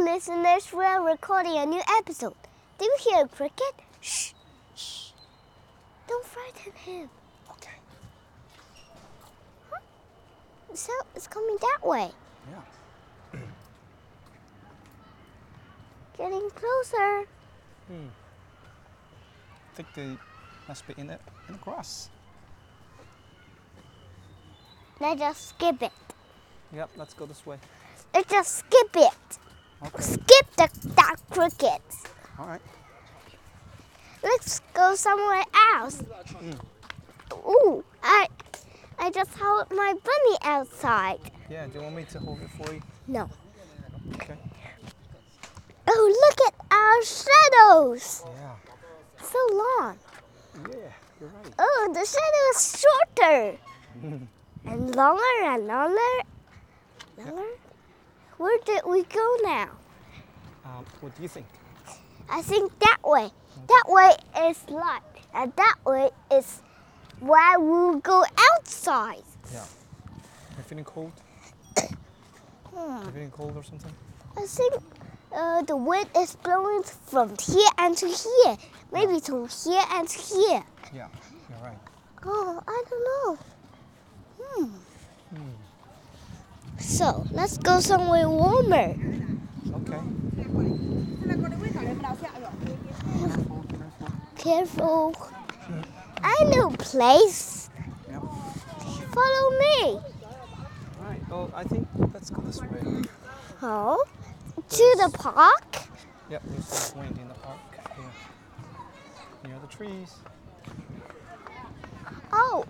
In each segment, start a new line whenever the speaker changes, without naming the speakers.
listeners, we're recording a new episode. Do you hear a cricket? Shh, shh. Don't frighten him.
Okay.
So it's coming that way.
Yeah.
Getting closer.
I think they must be in the in the grass.
Let's just skip it.
Yep. Let's go this way.
Let's just skip it.
Okay.
Skip the that cricket.
All right.
Let's go somewhere else. Ooh, I I just held my bunny outside.
Yeah. Do you want me to hold it for you?
No.
Okay.
Oh, look at our shadows.
Yeah.
So long.
Yeah. You're right.
Oh, the shadow is shorter and longer and longer. Longer? Where did we go now?
Um, what do you think?
I think that way. That way is light, and that way is where we'll go outside.
Yeah. You feeling cold?
Hmm.
You feeling cold or something?
I think uh, the wind is blowing from here and to here. Maybe to here and to here.
Yeah. You're right.
Oh, I don't know. Hmm. So let's go somewhere warmer.
Okay.
Careful. I know place.
Yep.
Follow me.
All right. Well, I think let's go this way.
Oh, to the park.
Yep. There's some wind in the park. Yeah. Near the trees.
Oh,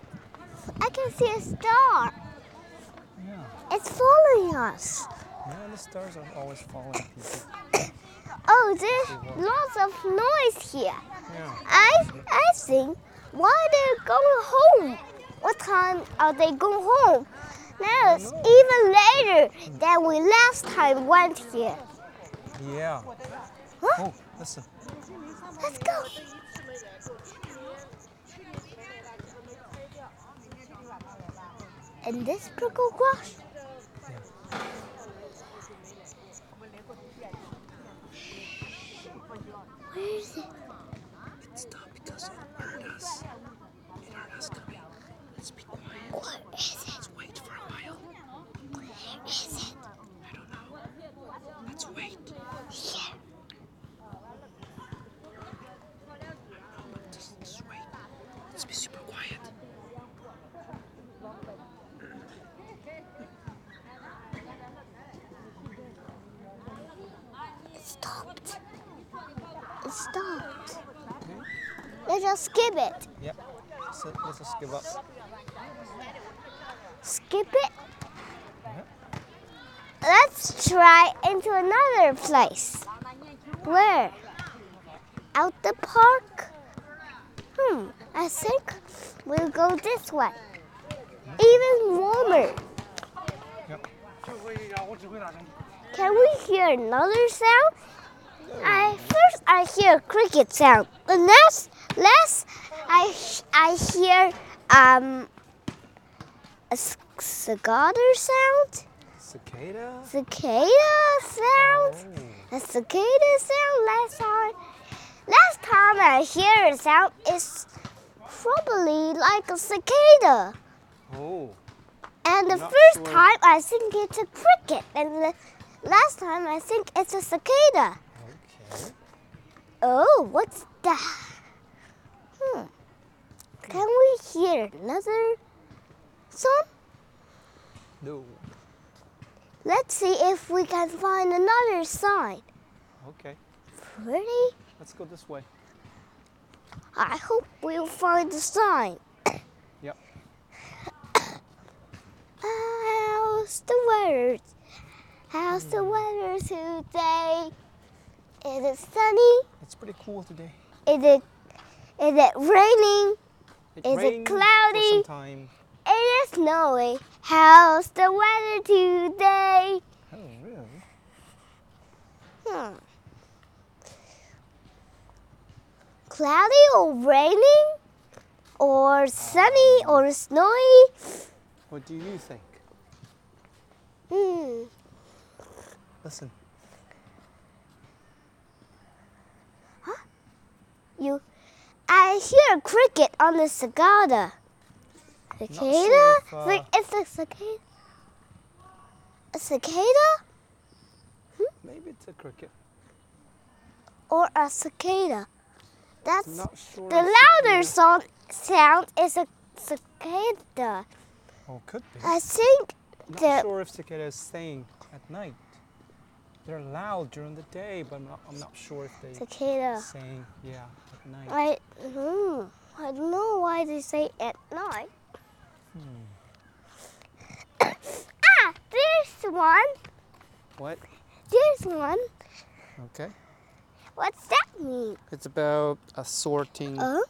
I can see a star.
Yeah.
It's following us.
Yeah. The stars are always falling. People.
Oh, there's lots of noise here.
Yeah.
I I think why they're going home. What time are they going home? Now it's even later than we last time went here.
Yeah.
Huh?
Oh, listen.
Let's go. And this purple grass. Where is it?
It's not because it hurt us. It hurt us coming. Let's be quiet.
Where is it?
Let's wait for a while.
Where is it?
I don't know. Let's wait.
Here.
Just, just wait. Let's be super quiet.
It stopped. It stopped. Let's just skip it.
Yep. So let's just give up.
Skip it. Let's try into another place. Where? Out the park? Hmm, I think we'll go this way. Even warmer.
Yep.
Can we hear another sound? I first I hear cricket sound. The next, last I h- I hear um a c- cicada sound,
Cicada.
cicada sound,
Oh.
a cicada sound. Last time, last time I hear a sound is probably like a cicada.
Oh.
And the
Not
first
sure.
time I think it's a cricket, and the last time I think it's a cicada.
Okay.
Oh, what's that? Hmm. Can we hear another song?
No.
Let's see if we can find another sign.
Okay.
Pretty?
Let's go this way.
I hope we'll find the sign.
Yep.
How's the weather? How's the weather today? Is it sunny?
It's pretty cool today.
Is it is it raining? Is it
rained For
cloudy?
some time.
It is snowy. How's the weather today?
Oh, really?
Hmm. Cloudy or raining? Or sunny or snowy?
What do you think?
Hmm.
Listen.
you. I hear a cricket on the cicada. Cicada?
if,
It's like- it's a cicada. A cicada
Maybe it's a cricket.
or a cicada? That's
Not sure.
the
if
louder sound sound is a cicada.
Cicada, oh, could be.
I think
Not
the
sure if cicada is staying at night. They're loud during the day, but I'm not, I'm not sure if they
cicada.
sing. Yeah, at night.
I hmm, I don't know why they say at night.
Hmm.
ah, there's one.
What?
There's one.
Okay.
What's that mean?
It's about assorting
Oh,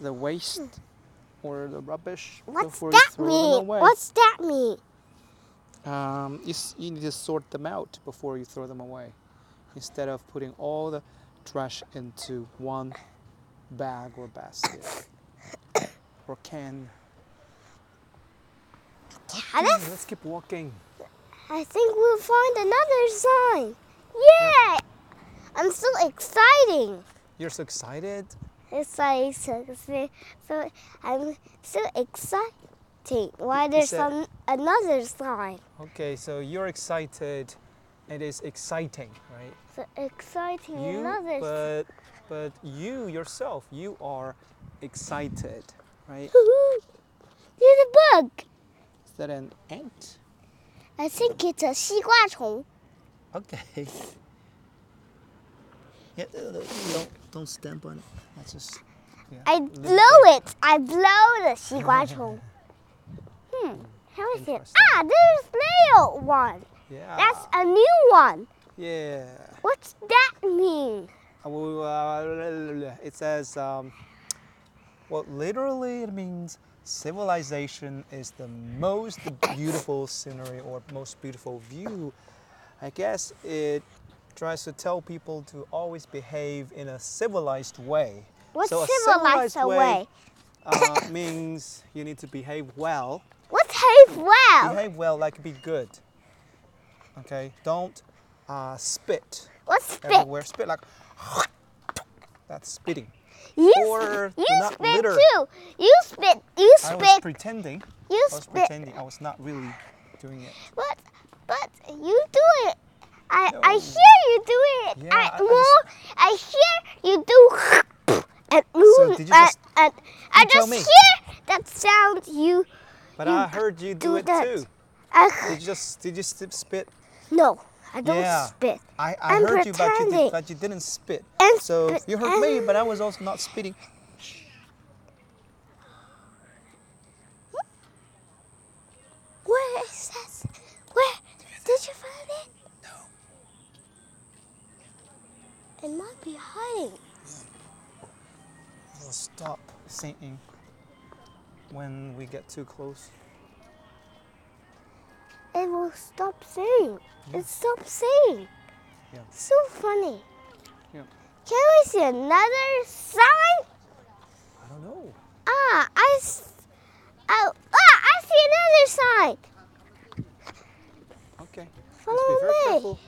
the waste or the rubbish
what's
before
that
you throw it
mean?
away.
What's that mean?
Um, you, s- you need to sort them out before you throw them away, instead of putting all the trash into one bag or basket or can.
I,
Okay,
don't-
Let's keep walking.
I think we'll find another sign. Yay! I'm so exciting.
You're so excited.
It's like so, so, so- I'm so exciting. Why there's
said-
an, another sign?
Okay, so you're excited. It is exciting, right?
So exciting
You,
another sign.
but but you yourself, you are excited, right?
There's a bug.
Is that an ant?
I think it's a 西瓜虫。
Okay. Yeah, uh, uh, don't don't stamp on it. That's just. Yeah.
I blow it. I blow the 西瓜 虫。Hmm. How is it?
Interesting. Ah.
Ah, there's snail one.
Yeah.
That's a new one.
yeah.
What's that mean?
Uh, well, uh, It says, um, well, literally it means civilization is the most beautiful scenery or most beautiful view. I guess it tries to tell people to always behave in a civilized way.
What's
So a
civilized
civilized way-
away?
Uh, means you need to behave well
What's hate well?
behave well, like be good. Okay, don't uh, spit
What's spit?
everywhere. Spit like that's spitting.
You,
Or
sp-
do
you
not
spit
litter.
too. You spit. You
I was
spit.
pretending.
You
I was
spit.
pretending. I was not really doing it.
But but you do it. I I
No.
hear you do it.
Yeah,
I,
I- I
well, I hear you do. And move,
did you just-
and, I
you tell
just
me.
hear that sound. You,
But
You
I heard you do,
do
it
that.
too.
I,
Did you just did you st- spit?
no, I don't
Yeah.
spit.
I, I
I'm
heard you, but you,
pretending.
did, but you didn't spit.
I'm
so
spit-
you heard me, but I was also not spitting.
Where is that? Where did you find it? No. It might be hiding.
We'll stop singing when we get too close.
It will stop singing. It stopped singing.
Yeah.
So funny.
Yeah.
Can we see another sign?
I don't know.
Ah, I. s- Oh, ah, I see another sign.
Okay. Just be
Follow me.
very careful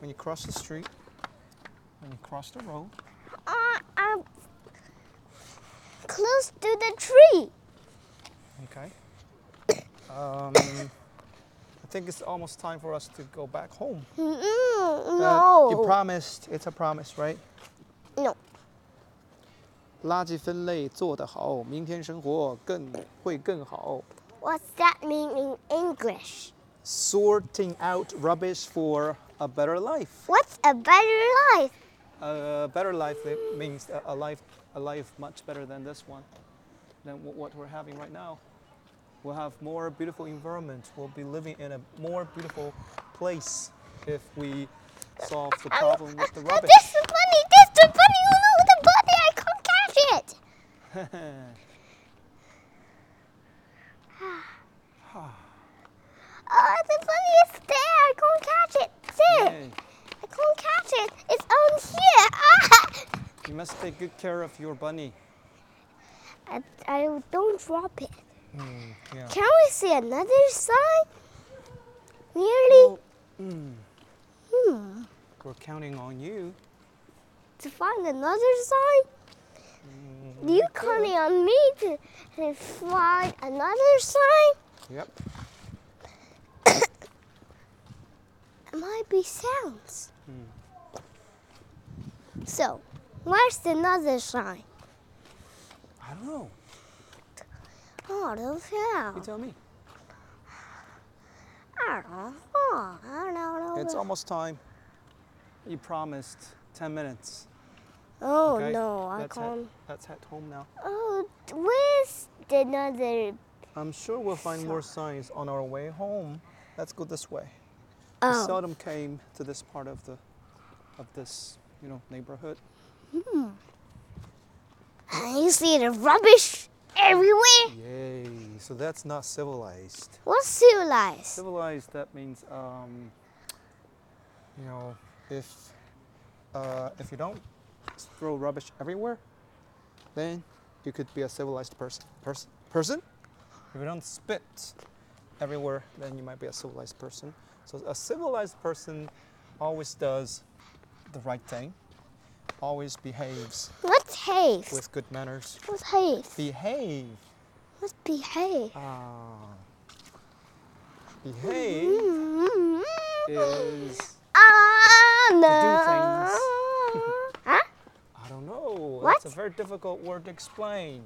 when you cross the street, when you cross the road.
Ah, I'm close to the tree.
Okay. Um, I think it's almost time for us to go back home.
Mm-mm,
Uh, you
no.
promised. It's a promise, right?
No.
垃圾分类做得好，明天生活更会更好。
What's that mean in English?
Sorting out rubbish for a better life.
What's a better life?
A better life that means a, a life a life much better than this one, than wh- what we're having right now. We'll have more beautiful environment. We'll be living in a more beautiful place if we solve the
I-
problem with the
I- Oh,
rubbish.
This is funny. This is funny. Oh no, the bunny! I can't catch it. Oh, the bunny is there. I can't catch it. There.
Yay.
I can't catch it. It's on here. Ah!
You must take good care of your bunny.
Ah. I, I don't drop it. Hmm,
Mm, yeah.
Can we see another sign? Nearly.
Well, mm,
Hmm.
We're counting on you.
to find another sign? You counting on me to, to find another sign?
Yep.
It might be sounds.
Hmm.
So, where's the another sign?
I don't know.
Oh, the
You
sound.
tell me.
I don't know. Oh, I don't know.
It's almost time. You promised 10 minutes.
oh
okay?
no, I
Let's head-
can't.
let's head home now.
Oh, where's the another?
I'm sure we'll find more signs on our way home. Let's go this way. We
Oh,
seldom came to this part of the of this, you know, neighborhood.
and uh, you see the rubbish everywhere.
Yay. So that's not civilized.
What's civilized?
Civilized that means um you know, if uh, if you don't throw rubbish everywhere, then you could be a civilized person. Person? Person? If you don't spit everywhere, then you might be a civilized person. So a civilized person always does the right thing, always behaves
What's haste?
with good manners.
What's haste?
Behave.
What's behave?
Ah. Behave is
Mm-hmm. Ah, no.
things.
huh?
I don't know. It's a
What?
very difficult word to explain.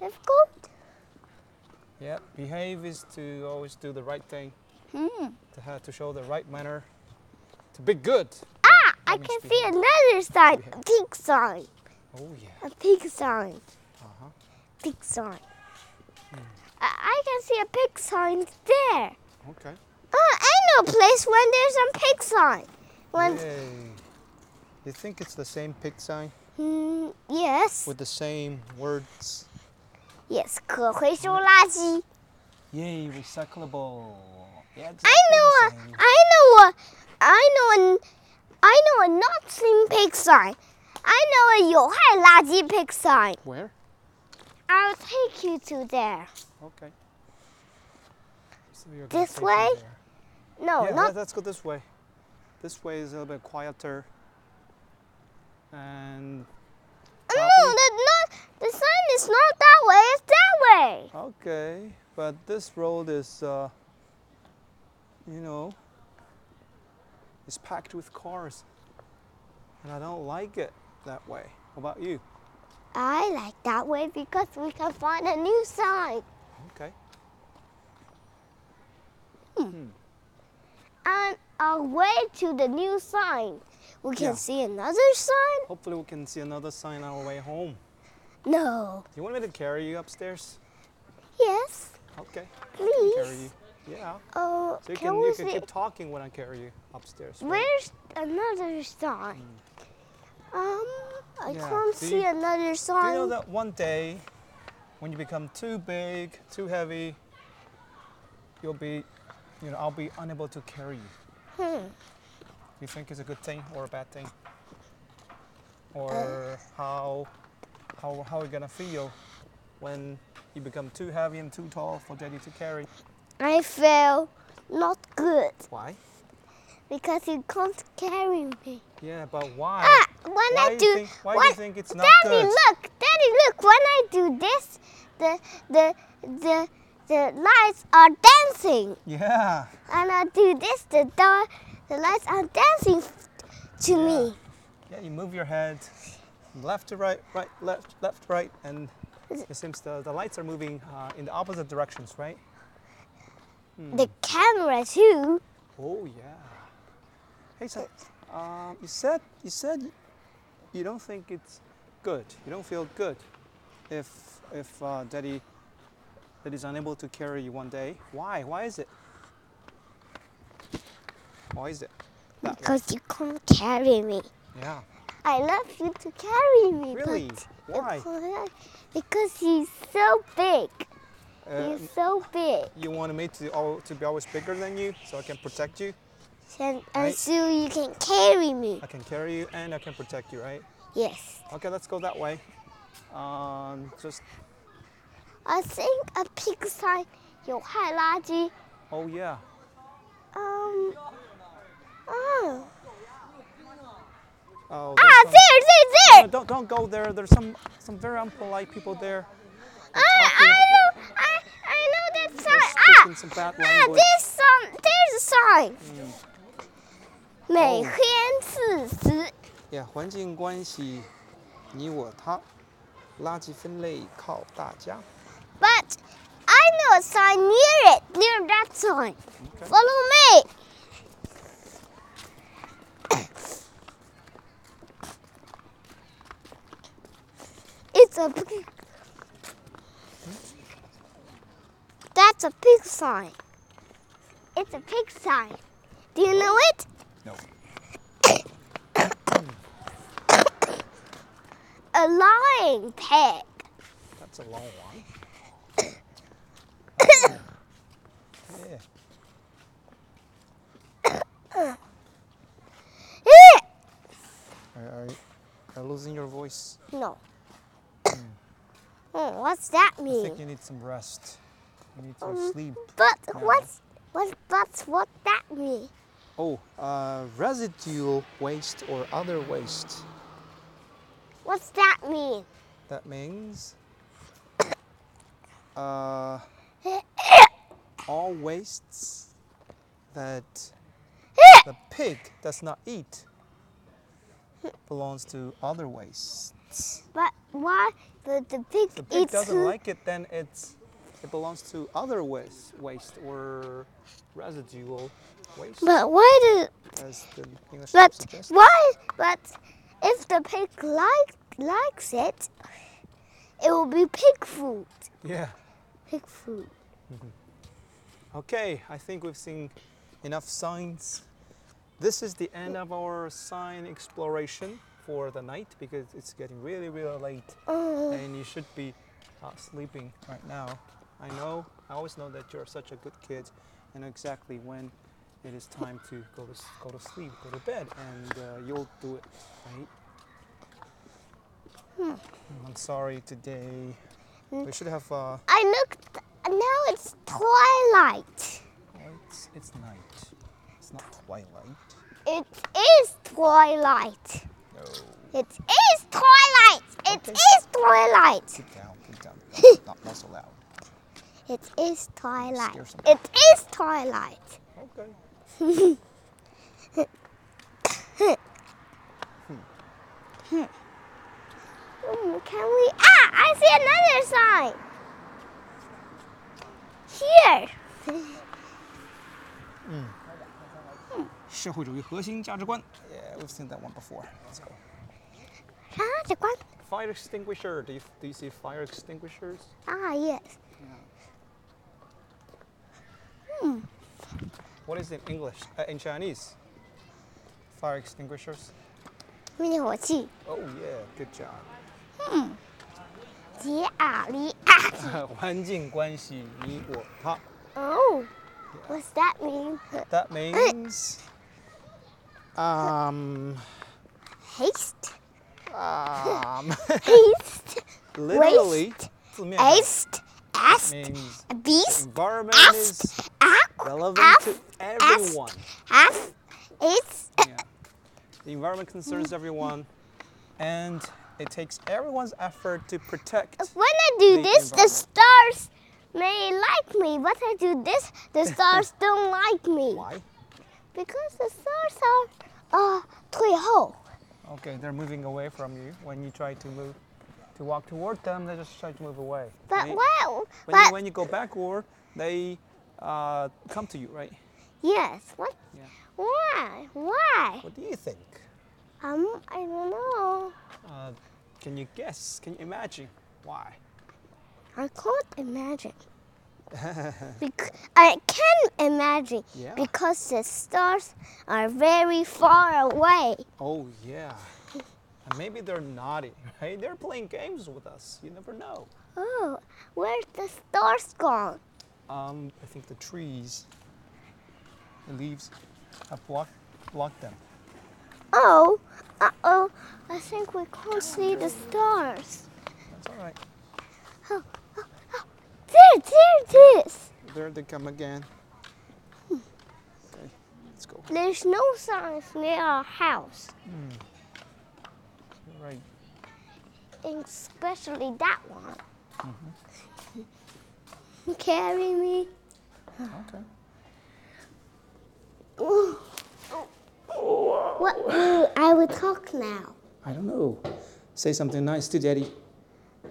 Difficult?
Yeah, behave is to always do the right thing,
Hmm.
to have to show the right manner, to be good.
Ah, I
means
can
behave.
see another sign. A pig sign.
Oh yeah.
A pig sign.
Uh-huh. Hmm.
Pig sign. I, I can see a pig sign there.
Okay.
Uh, ain't no place when there's a pig sign. When
Yay. You think it's the same pig sign
mm, yes,
with the same words?
yes, 可回收垃圾。
Yay, recyclable. Yeah, it's
I
exactly
know
the
a,
same.
I know a, I know a, I know a not seen pig sign. I know a 有害垃圾 pig sign.
Where?
I'll take you to there.
Okay. So you're gonna
This
take me
way? Oh,
there.
No,
yeah,
not
let- let's go this way. This way is a little bit quieter. And
no,
probably-
the not the sign is not that way. It's that way.
Okay, but this road is, uh, you know, it's packed with cars, and I don't like it that way. How about you?
I like that way because we can find a new sign.
Okay.
On our way to the new sign, we can
Yeah.
see another sign.
Hopefully, we can see another sign on our way home.
No.
Do you want me to carry you upstairs?
Yes,
Okay, I'll carry you.
please.
Yeah.
Oh,
So
can
you can
we
you can
see?
keep talking when I carry you upstairs. right?
Where's another sign? Um, I
Yeah,
can't
do
see
you-
another
Do
sign.
you know that one day, when you become too big, too heavy, you'll be, you know, I'll be unable to carry you.
Hmm.
Do you think it's a good thing or a bad thing? Or
Uh.
how, how, how are you gonna feel when you become too heavy and too tall for Daddy to carry?
I feel not good
Why?
because you can't carry me.
Yeah, but why?
Ah, when
why
I
do you
do,
think, why do
when,
you think it's not
Daddy,
good?
look, Daddy, look. When I do this, the the the the lights are dancing,
Yeah.
and I do this, the door, the lights are dancing f- to me.
Yeah, you move your head left to right, right, left, left, right, and it seems the, the lights are moving uh, in the opposite directions, right? Hmm.
The camera too.
Oh yeah. Hey, so um, you said you said you don't think it's good. You don't feel good if if uh, Daddy that is unable to carry you one day. Why? Why is it? Why is it? That way?
Because you can't carry me.
Yeah.
I love you to carry me. but-
Really? Why?
Because he's so big.
Uh,
he's so big.
you want me to al- to be always bigger than you, so I can protect you.
And, and
Right.
so you can carry me.
I can carry you and I can protect you, right?
Yes.
Okay, let's go that way. Um, just
I think a pig sign 有害垃圾.
oh yeah,
Um. Oh. Ah,
oh
there.
No, don't don't go there. There's some some very unpolite people there.
I,
Oh,
Ah, I know, I, I know that sign.
speaking
Ah,
some bad
ah,
language.
this sign, there's a sign. 每天四十
Yeah，环境关系，你我他，垃圾分类靠大家。
but I know a sign near it, near that sign.
Okay.
Follow me. It's a pig. That's a pig sign. It's a pig sign. Do you know it?
No.
A lying pig.
That's a long one. yeah.
Eh!
Are, are, you- are you losing your voice?
No.
Hmm.
oh, what's that
I
mean?
think you need some rest. You need some
Um,
sleep.
But
Yeah.
what's what but what that mean?
Oh, uh, residual waste or other waste.
What's that mean?
That means uh, all wastes that the pig does not eat belongs to other wastes.
But why the the pig,
The pig
eats
doesn't
who-
like it, then it's it belongs to other waste, waste or residual waste,
But why do
as the English
but
suggests.
why but if the pig like likes it, it will be pig food.
Yeah.
Pig food.
Okay, I think we've seen enough signs. This is the end of our sign exploration for the night because it's getting really, really late
Oh,
and you should be uh, sleeping right now. I know, I always know that you're such a good kid and know exactly when it is time to go to, s- go to sleep, go to bed, and uh, you'll do it, right? I'm sorry today. We should have. Uh,
I looked. Now it's twilight.
well, it's, it's night. It's not twilight.
It is twilight.
No.
It is twilight. It
Okay.
is twilight.
Sit down, sit down. Not, not, not so loud.
It is twilight.
Scare somebody.
It is twilight.
Okay.
Hmm, can we? Ah, I see another sign. Here.
社会主义核心价值观. Yeah, we've seen that one before. Let's go.
啥？这关？
Fire extinguisher. Do you, do you see fire extinguishers?
Ah, yes.
What is it in English? Uh, in Chinese? Fire extinguishers.
灭火器。杰啊里啊！
Oh yeah, good job. 环境关系你我他.
Oh, what's that mean?
That means um
Haste.
um
Haste.
literally
Waste.
字面上
Haste. Ast.
means
Beast.
environment is
Ast. Ak.
relevant to
Ast.
everyone.
Ast. It's.
Yeah. The environment concerns everyone, and it takes everyone's effort to protect.
When I do
The
this, the
environment.
stars may like me. But I do this, the stars don't like me.
Why?
Because the stars are uh 退后.
Okay, they're moving away from you. When you try to move, to walk toward them, they just try to move away.
But
right?
well,
When,
but
you, when you go backward, they uh, come to you, right?
yes. What?
Yeah.
Why? Why?
What do you think?
Um, I don't know.
Uh, can you guess? Can you imagine? Why?
I can't imagine. Bec- I can imagine
Yeah.
because the stars are very far away.
Oh yeah. And maybe they're naughty, right? They're playing games with us. You never know.
Oh, where's the stars gone?
Um, I think the trees, the leaves, have blocked blocked them.
Oh, uh oh, I think we can't see the stars.
That's all right.
There, there it is.
There they come again. Okay, let's go.
There's no signs near our house.
Right.
especially that one. Carry me.
Okay.
What will I will talk now?
I don't know. Say something nice to daddy.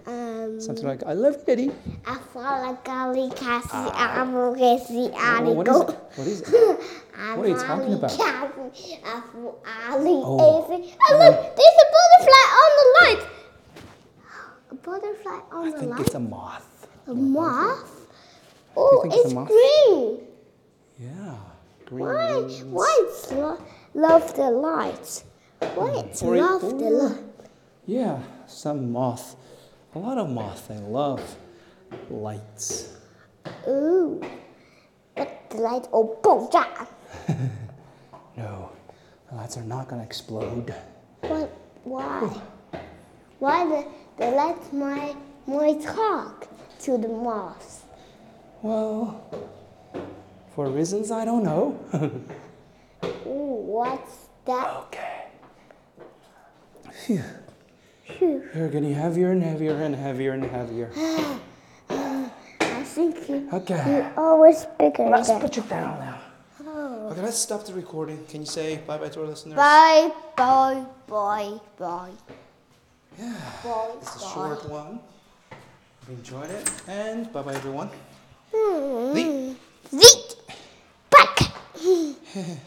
Um,
Something like, I love you, daddy.
I fall like Ali Cassie, I'm Cassie, Ali.
Ah. Well, what is it? What is it? What are you talking about?
Cassie, I'm Ali.
Oh.
Cassie. Oh, look, there's a butterfly on the light. A butterfly on
I
the
think
light?
it's a moth.
A moth? Oh,
think
it's,
it's a moth?
green.
Yeah. Green.
Why? Why it's lo- love the lights? Why it's
Hmm. Or it-
love the
or-
light?
Yeah, some moth. A lot of moth. They love lights.
Ooh, but the light oh boom down.
No, the lights are not gonna explode.
What? Why? Why the, the let my my talk to the moth?
Well, for reasons I don't know.
Ooh, what's that?
okay. Phew.
Phew.
You're getting heavier and heavier and heavier and heavier.
I think you,
Okay.
you're always bigger
Let's
than.
put you down now. Okay, let's stop the recording. Can you say bye bye to our listeners?
Bye, bye, bye, bye. Bye,
It's a
bye.
short one. Hope you enjoyed it. And bye bye, everyone.
Hmm.
Lee.
Zeke, back.